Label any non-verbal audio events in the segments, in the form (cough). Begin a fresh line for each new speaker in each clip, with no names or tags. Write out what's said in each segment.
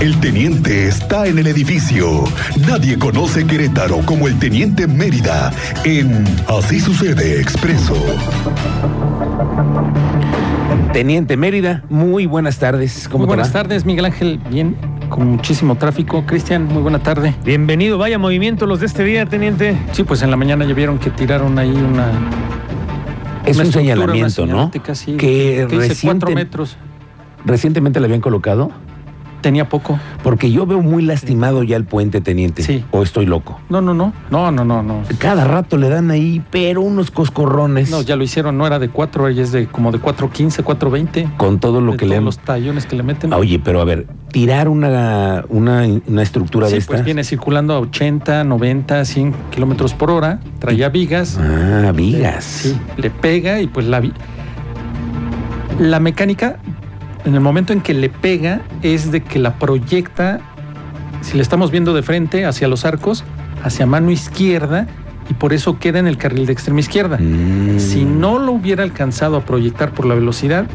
El teniente está en el edificio. Nadie conoce Querétaro como el teniente Mérida en Así sucede expreso.
Teniente Mérida, muy buenas tardes. ¿Cómo
Muy
te
buenas
va?
tardes, Miguel Ángel. Bien, con muchísimo tráfico. Cristian, muy buena tarde.
Bienvenido, vaya movimiento los de este día, teniente.
Sí, pues en la mañana ya vieron que tiraron ahí una.
Es
una
un
estructura,
señalamiento,
una
¿no?
señalética, sí,
que
dice cuatro
reciente-
metros.
recientemente le habían colocado.
Tenía poco.
Porque yo veo muy lastimado ya el puente, teniente.
Sí.
O estoy loco.
No, no, no. No, no, no, no.
Cada rato le dan ahí, pero unos coscorrones.
No, ya lo hicieron. No era de cuatro, ella es de como de 4.15, 4.20.
Con todo lo
de
que
todos
le han...
Los tallones que le meten.
Ah, Oye, pero a ver, tirar una, una, una estructura de
sí, pues
estas.
viene circulando a 80, 90, 100 kilómetros por hora. Traía vigas.
Ah, vigas.
Sí, le pega y pues la vi- la mecánica en el momento en que le pega es de que la proyecta si la estamos viendo de frente hacia los arcos, hacia mano izquierda y por eso queda en el carril de extrema izquierda.
Mm.
Si no lo hubiera alcanzado a proyectar por la velocidad,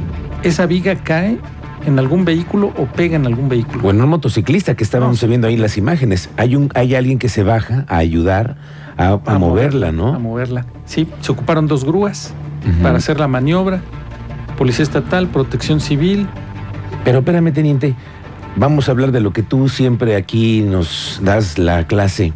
esa viga cae en algún vehículo o pega en algún vehículo.
Bueno, un motociclista que estábamos viendo ahí las imágenes. Hay un, hay alguien que se baja a ayudar a, a moverla, ¿no?
A moverla. Sí, se ocuparon dos grúas
Ujú.
para hacer la maniobra. Policía estatal, protección civil,
Pero espérame, teniente. Vamos a hablar de lo que tú siempre aquí nos das la clase.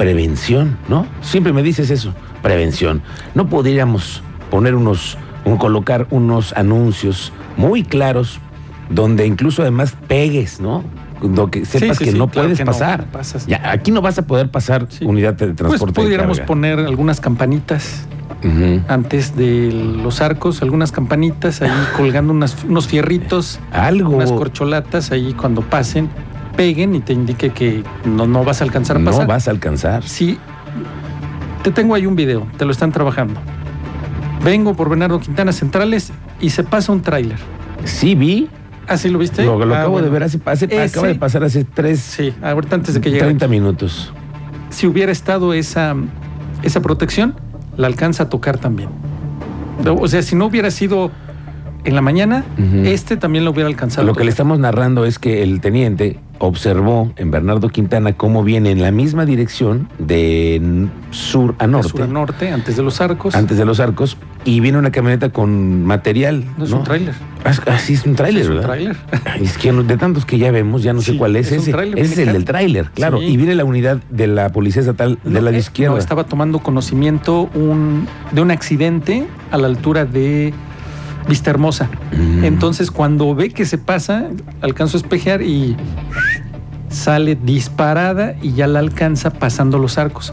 Prevención, ¿no? Siempre me dices eso. Prevención. No podríamos poner unos, un- colocar unos anuncios muy claros donde incluso además pegues, ¿no? Lo que sepas
Sí, sí,
que
sí,
no
claro
puedes
que no,
pasar.
pasas.
Ya, aquí no vas a poder pasar
Sí.
unidad de
Pues
transporte. de
pudiéramos
carga.
poner algunas campanitas
Ujú.
antes de los arcos, algunas campanitas ahí
(laughs)
colgando unas- unos fierritos,
Algo.
unas corcholatas ahí cuando pasen, peguen y te indique que no, no vas a alcanzar a pasar.
No vas a alcanzar.
Sí, te tengo ahí un video, te lo están trabajando. Vengo por Bernardo Quintana Centrales y se pasa un tráiler.
Sí, vi.
¿Así lo viste?
Lo, lo
Ah,
acabo
bueno.
de ver hace, hace-
Ese-
acaba de pasar hace tres.
Sí, ahorita antes de que llegara.
30 minutos.
si hubiera estado esa, esa protección, la alcanza a tocar también. O sea, si no hubiera sido en la mañana,
Ujú.
este también lo hubiera alcanzado.
Lo
a
que le
tocar.
estamos narrando es que el teniente observó en Bernardo Quintana cómo viene en la misma dirección de n- sur a
De
norte,
sur a norte, antes de los arcos.
antes de los arcos, y viene una camioneta con material.
no es un tráiler.
¿Eh? Así es un tráiler,
Es un
¿verdad?
tráiler.
Ay, Es que no- de tantos que ya vemos, ya no sé
Sí,
cuál es,
es un
ese.
tráiler,
ese
viene
es el
acá.
del tráiler, claro.
Sí.
Y viene la unidad de la policía estatal del
No,
lado
eh,
izquierdo.
no, estaba tomando conocimiento un, de un accidente a la altura de Vista Hermosa.
Mm.
Entonces, cuando ve que se pasa, alcanzo a espejear y sale disparada y ya la alcanza pasando los arcos.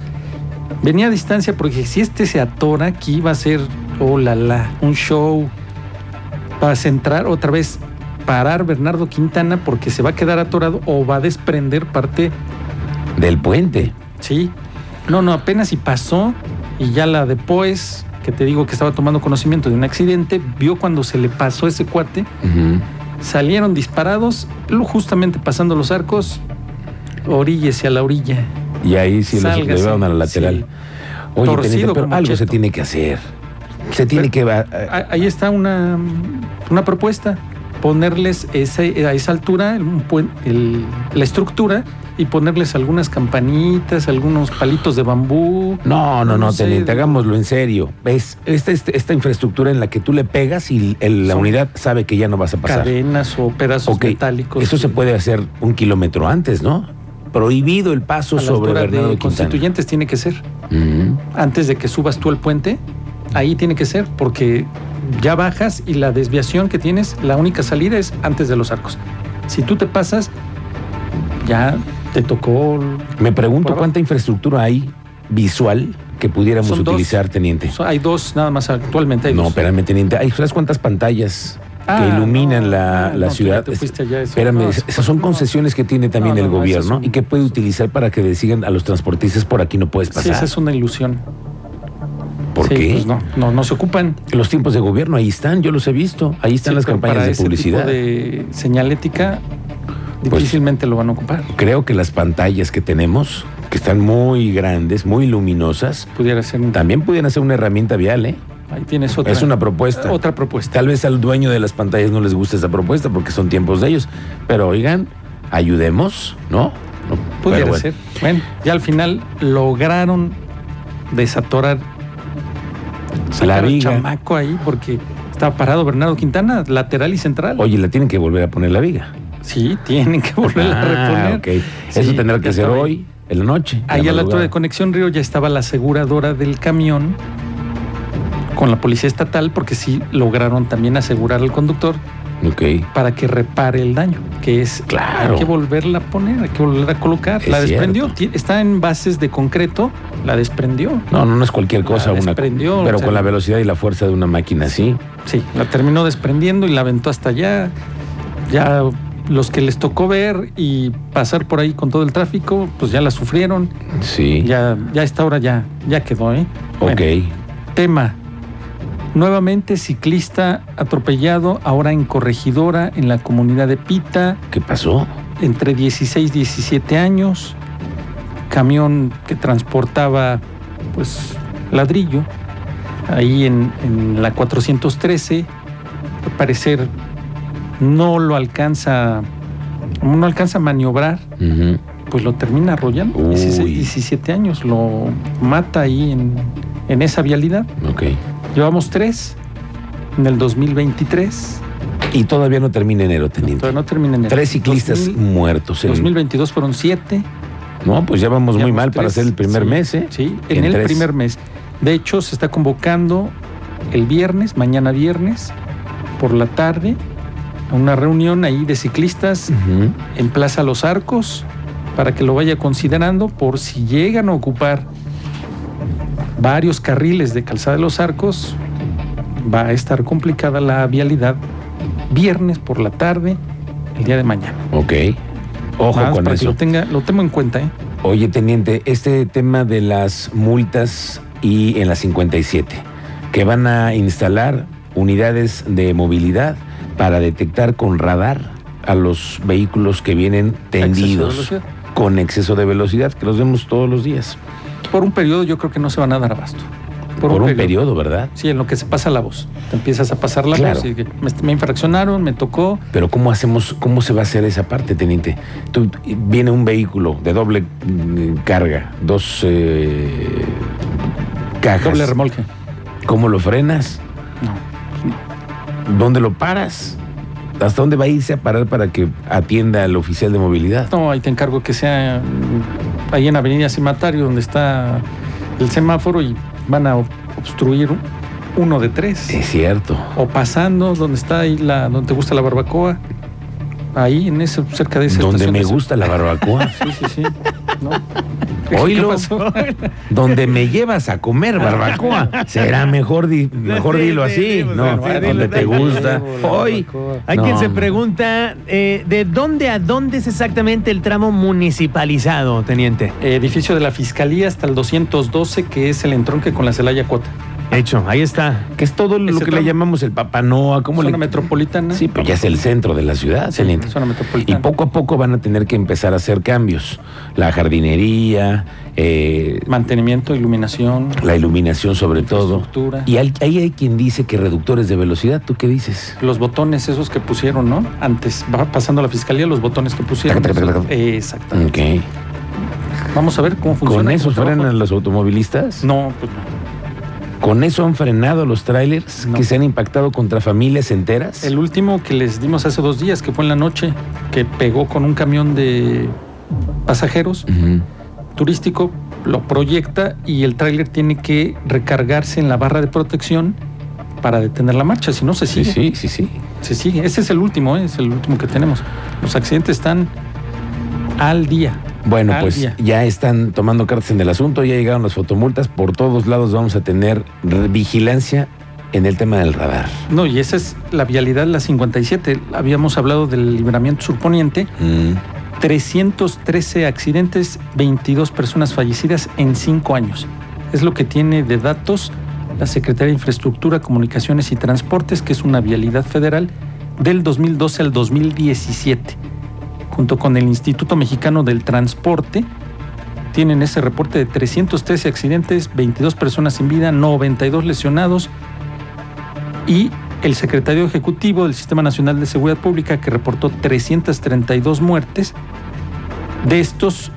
Venía a distancia porque si este se atora aquí va a ser, oh la la, un show. para centrar otra vez, parar Bernardo Quintana porque se va a quedar atorado o va a desprender parte,
Del puente.
¿sí? No, no, apenas y pasó y ya la después, que te digo que estaba tomando conocimiento de un accidente, vio cuando se le pasó ese cuate
Ujú.
salieron disparados, lo- justamente pasando los arcos, oríllese a la orilla.
Y ahí sí los
Sálgase.
llevaron a la lateral.
Sí.
Oye,
Torcido
teniente, pero
como
algo se
cheto. Ah,
tiene que hacer. Se tiene
Pero-
que... va- eh,
A- Ahí está una, una propuesta, ponerles ese- a esa altura un puen- el- la estructura y ponerles algunas campanitas, algunos palitos de bambú.
No, no, no,
No sé.
teniente, hagámoslo en serio. ¿Ves? Esta, este- esta infraestructura en la que tú le pegas y el- la
Son-
unidad sabe que ya no vas a pasar.
Cadenas o pedazos
Ok,
metálicos.
Eso se puede hacer un kilómetro antes, ¿no? Prohibido el paso
a la
sobre
altura
Bernardo
de
Quintana.
constituyentes tiene que ser.
Ujú.
antes de que subas tú al puente, ahí tiene que ser, porque ya bajas y la desviación que tienes, la única salida es antes de los arcos. Si tú te pasas, ya te tocó.
Me pregunto
Por-
cuánta infraestructura hay visual que pudiéramos
Son dos.
utilizar, teniente.
so- Hay dos nada más actualmente. Hay
No,
dos.
espérame, teniente. Ay, ¿Sabes cuántas pantallas
Ah,
que iluminan
no,
la,
no,
la
no, tú
ciudad?
ya te fuiste allá, eso-
Espérame,
no,
es-
eso-
esas son
no.
concesiones que tiene también
No,
el
no, no, eso
gobierno
es
y
un-
que puede utilizar para que le sigan a los transportistas por aquí no puedes
Sí,
pasar.
esa es una ilusión.
¿Por
Sí,
qué?
pues no, no, no se ocupan.
Los tiempos de gobierno ahí están, yo los he visto. Ahí están
Sí,
las
pero
campañas
para
de
ese tipo
publicidad.
de señalética,
Pues-
difícilmente lo van a ocupar.
Creo que las pantallas que tenemos, que están muy grandes, muy luminosas,
Pudiera ser un
también pudieran ser una herramienta vial, ¿eh?
Ahí tienes otra.
Es una propuesta.
Otra propuesta.
Tal vez al dueño de las pantallas no les gusta esa propuesta porque son tiempos de ellos. Pero oigan, ayudemos, ¿no? No, pero
Pudiera
bueno.
ser. Bueno, ya al final lograron desatorar sacar al
viga.
chamaco ahí porque estaba parado Bernardo Quintana, lateral y central.
Oye, le tienen que volver a poner la viga.
Sí, (laughs) tienen que volver a Pues reponer.
Ah, ok. Eso
Sí,
tendrá que
ya
ser
estaba ahí.
hoy, en la noche. en
Ahí a la altura
madrugada.
de Conexión Río ya estaba la aseguradora del camión con la policía estatal porque sí lograron también asegurar al conductor
Ok.
para que repare el daño, que es
Claro.
hay que volverla a poner, hay que volverla a colocar.
Es
la desprendió,
cierto.
ti- está en bases de concreto, la desprendió.
No, no, no es cualquier cosa,
La
una,
desprendió,
pero
o sea,
con la velocidad y la fuerza de una máquina, sí.
Sí, la terminó desprendiendo y la aventó hasta allá. Ya los que les tocó ver y pasar por ahí con todo el tráfico, pues ya la sufrieron.
Sí.
Ya, ya a esta hora ya, ya quedó, ¿eh?
ok.
Bueno, tema. Nuevamente ciclista atropellado, ahora en corregidora, en la comunidad de Pita.
¿Qué pasó?
entre 16 y 17 años, camión que transportaba pues ladrillo, ahí en, en la 413, al parecer no lo alcanza, no alcanza a maniobrar,
Ujú.
pues lo termina arrollando,
Uy.
16, 17 años, lo mata ahí en, en esa vialidad.
Ok.
Llevamos tres en el 2023,
Y todavía no termina enero, teniente.
todavía no termina en el
Tres ciclistas
2000,
muertos. en-
2022 fueron siete.
No, pues ya vamos muy
Llevamos
mal para
tres,
ser el primer
sí,
mes, ¿eh?
Sí, en,
En
el
tres.
primer mes. De hecho, se está convocando el viernes, mañana viernes, por la tarde, a una reunión ahí de ciclistas
Ujú.
en Plaza Los Arcos, para que lo vaya considerando por si llegan a ocupar varios carriles de Calzada de los Arcos, va a estar complicada la vialidad viernes por la tarde, el día de mañana.
Ok. Ojo
Nada más
con
para que
eso.
lo tenga, lo tengo en cuenta, ¿eh?
Oye, teniente, este tema de las multas y en la 57, que van a instalar unidades de movilidad para detectar con radar a los vehículos que vienen tendidos
Exceso de velocidad.
con exceso de velocidad, que los vemos todos los días.
Por un periodo yo creo que no se van a dar abasto.
Por, un, periodo. ¿verdad?
Sí, en lo que se pasa la voz. Te empiezas a pasar la
Claro.
voz. Y que me, me infraccionaron, me tocó.
Pero ¿cómo hacemos, cómo se va a hacer esa parte, teniente? Tú- viene un vehículo de doble mm, carga, dos eh, cajas.
Doble remolque.
¿Cómo lo frenas?
No.
¿Dónde lo paras? ¿Hasta dónde va a irse a parar para que atienda al oficial de movilidad?
No, ahí te encargo que sea mm, ahí en Avenida Cimatario, donde está el semáforo, y van a ob- obstruir uno de tres.
Es cierto.
O pasando, donde está ahí la, donde te gusta la barbacoa. Ahí, en ese, cerca de ese
Donde me gusta
(laughs)
la barbacoa.
Sí, sí, sí. No.
Oílo.
¿Qué pasó?
donde me llevas a comer barbacoa. Será mejor, di- mejor
Sí,
dilo
sí,
así.
sí, pues,
No,
sí, dilo,
donde te
dilo.
gusta.
La
Hoy.
barbacoa.
Hay
No,
quien se
no.
pregunta eh, de dónde a dónde es exactamente el tramo municipalizado, teniente.
Edificio de la Fiscalía hasta el 212, que es el entronque con la Celaya Cuota.
Hecho, ahí está.
Que es todo lo
Ese
que le
tramo.
llamamos el papanoa. ¿Cómo
zona
le...
metropolitana.
Sí, pues ya es el centro de la ciudad,
Sí,
teniente.
zona
Y
metropolitana.
poco a poco van a tener que empezar a hacer cambios. La jardinería, eh,
Mantenimiento, iluminación,
la iluminación sobre todo.
infraestructura.
Y al- ahí hay quien dice que reductores de velocidad, ¿tú qué dices?
los botones esos que pusieron, ¿no? Antes, va pasando la fiscalía, los botones que pusieron.
Tac, tac, tac, tac.
Eh, Exactamente.
Ok.
Vamos a ver cómo funciona.
¿Con eso
¿Cómo trabaja?
frenan los automovilistas?
No, pues no.
¿Con eso han frenado los trailers
No.
que se han impactado contra familias enteras?
El último que les dimos hace dos días, que fue en la noche, que pegó con un camión de pasajeros
Ujú.
turístico, lo proyecta y el tráiler tiene que recargarse en la barra de protección para detener la marcha, si no se
Sí,
sigue.
sí, sí, sí.
Se sigue. Ese es el último, ¿eh? es el último que tenemos. Los accidentes están al día.
Bueno,
Al
pues
día.
ya están tomando cartas en el asunto, ya llegaron las fotomultas, por todos lados vamos a tener re- vigilancia en el tema del radar.
No, y esa es la vialidad, la 57. Habíamos hablado del libramiento surponiente.
Mm.
313 accidentes, 22 personas fallecidas en 5 años. Es lo que tiene de datos la Secretaría de Infraestructura, Comunicaciones y Transportes, que es una vialidad federal del 2012 al 2017. Junto con el Instituto Mexicano del Transporte, tienen ese reporte de 313 accidentes, 22 personas sin vida, 92 lesionados, Y el secretario ejecutivo del Sistema Nacional de Seguridad Pública, que reportó 332 muertes, de estos,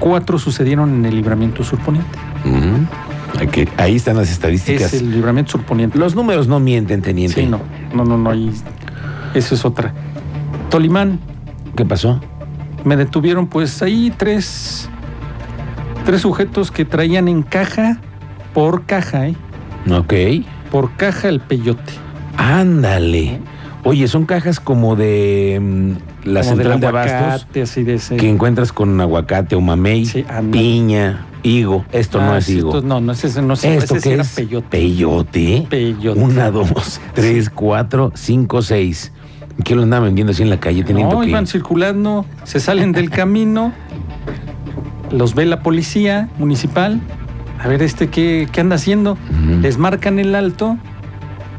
cuatro sucedieron en el libramiento surponiente.
Ujú. Aquí- ahí están las estadísticas.
Es el libramiento surponiente.
Los números no mienten, teniente.
Sí, no, no, no, no, ahí- eso es otra. Tolimán,
¿Qué pasó?
me detuvieron pues ahí tres, tres sujetos que traían en caja, por caja, ¿eh?
Ok.
por caja el peyote.
Ándale. Oye, son cajas como de mm, la
Como
central
del
de abastos
aguacate, así de ese.
que encuentras con aguacate o mamey,
Sí, ándale.
piña, higo. Esto no
Ah,
es
sí,
higo.
esto- no, no es ese, no sé,
¿Esto
ese sí
qué
era
es?
peyote.
Peyote.
Peyote.
Una, dos, tres, cuatro, cinco, seis. ¿Qué lo andaban vendiendo así en la calle? Teniendo
No,
que...
iban circulando, se salen del camino, los ve la policía municipal, a ver este qué, qué anda haciendo,
Ujú.
les marcan el alto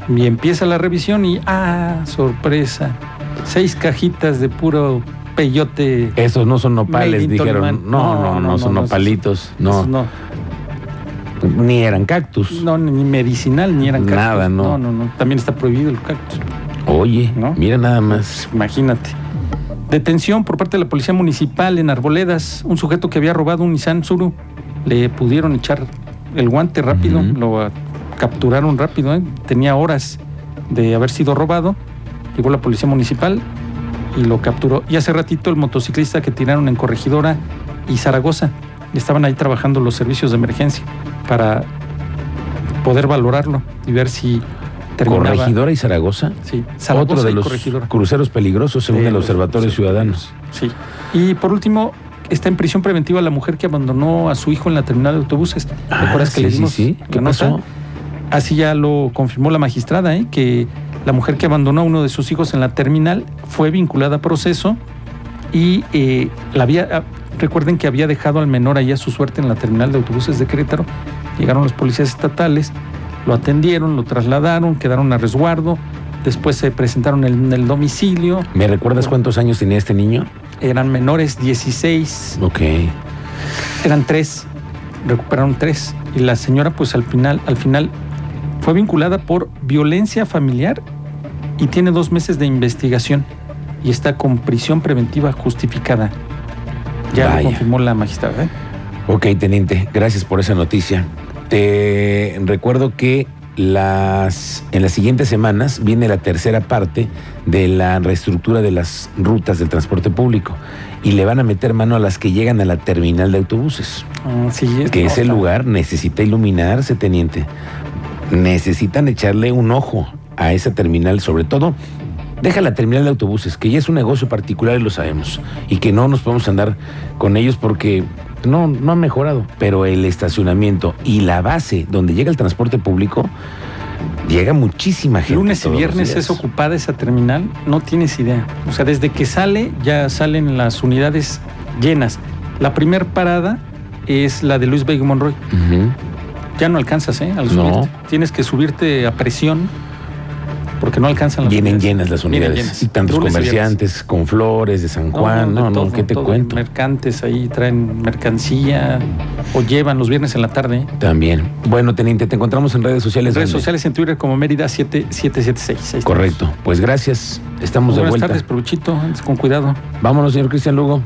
y empieza la revisión y ¡ah, sorpresa! Seis cajitas de puro peyote.
Esos no son nopales,
Made in
dijeron.
Tolimán.
No, no, no, son
no,
nopalitos.
Eso
No,
no,
ni eran cactus.
no, ni medicinal ni eran
Nada,
cactus.
no.
No, no, no, también está prohibido el cactus.
Oye,
¿No?
mira nada más.
Imagínate. Detención por parte de la policía municipal en Arboledas. Un sujeto que había robado un Nissan Suru. Le pudieron echar el guante rápido.
Ujú.
Lo ah, capturaron rápido. ¿eh? Tenía horas de haber sido robado. Llegó la policía municipal y lo capturó. Y hace ratito el motociclista que tiraron en Corregidora y Zaragoza. Estaban ahí trabajando los servicios de emergencia para poder valorarlo y ver si terminaba.
Corregidora y Zaragoza.
Sí, Zaragoza
otro de
y
los
Corregidora.
cruceros peligrosos según
De
el
los-
Observatorio
sí.
Ciudadano.
Sí. Y por último, está en prisión preventiva la mujer que abandonó a su hijo en la terminal de autobuses.
Ah,
¿Recuerdas que
sí,
le
sí,
dimos
sí.
la
¿Qué
nota?
pasó?
Así ya lo confirmó la magistrada, ¿eh? que la mujer que abandonó a uno de sus hijos en la terminal fue vinculada a proceso y eh, la había, ah, recuerden que había dejado al menor allá a su suerte en la terminal de autobuses de Querétaro. Llegaron los policías estatales, lo atendieron, lo trasladaron, quedaron a resguardo. Después se presentaron en el domicilio,
¿Me recuerdas cuántos años tenía este niño?
eran menores 16,
Ok.
eran tres, recuperaron tres. Y la señora, pues al final, al final fue vinculada por violencia familiar y tiene dos meses de investigación y está con prisión preventiva justificada. Ya
Vaya.
lo confirmó la magistrada. ¿eh?
Ok, teniente, gracias por esa noticia. Te recuerdo que las, en las siguientes semanas viene la tercera parte de la reestructura de las rutas del transporte público y le van a meter mano a las que llegan a la terminal de autobuses,
Ah, sí,
que ese
nota.
lugar necesita iluminarse, teniente. Necesitan echarle un ojo a esa terminal, sobre todo. Deja la terminal de autobuses, que ya es un negocio particular y lo sabemos, y que no nos podemos andar con ellos porque no, no han mejorado. Pero el estacionamiento y la base donde llega el transporte público, llega muchísima gente.
Lunes y
todos los
viernes
días.
es ocupada esa terminal, no tienes idea. O sea, desde que sale ya salen las unidades llenas. La primera parada es la de Luis Vega Monroy.
Ujú.
Ya no alcanzas, ¿eh? Al
No.
subirte. Tienes que subirte a presión porque no alcanzan las
Vienen
unidades.
llenas las
Vienen
unidades.
llenas.
Y tantos
Lunes y
comerciantes con flores de San
viernes.
Juan.
de
No, no,
todo,
¿qué te
todo.
cuento?
Mercantes ahí traen mercancía o llevan los viernes en la tarde. ¿eh?
También. Bueno, teniente, te encontramos en redes sociales.
En redes
¿dónde?
sociales en Twitter como Mérida 7776. Ahí estamos.
Correcto. Pues gracias. Estamos de
Buenas
vuelta.
tardes, Peruchito. Andes con cuidado.
Vámonos, señor Cristian Lugo.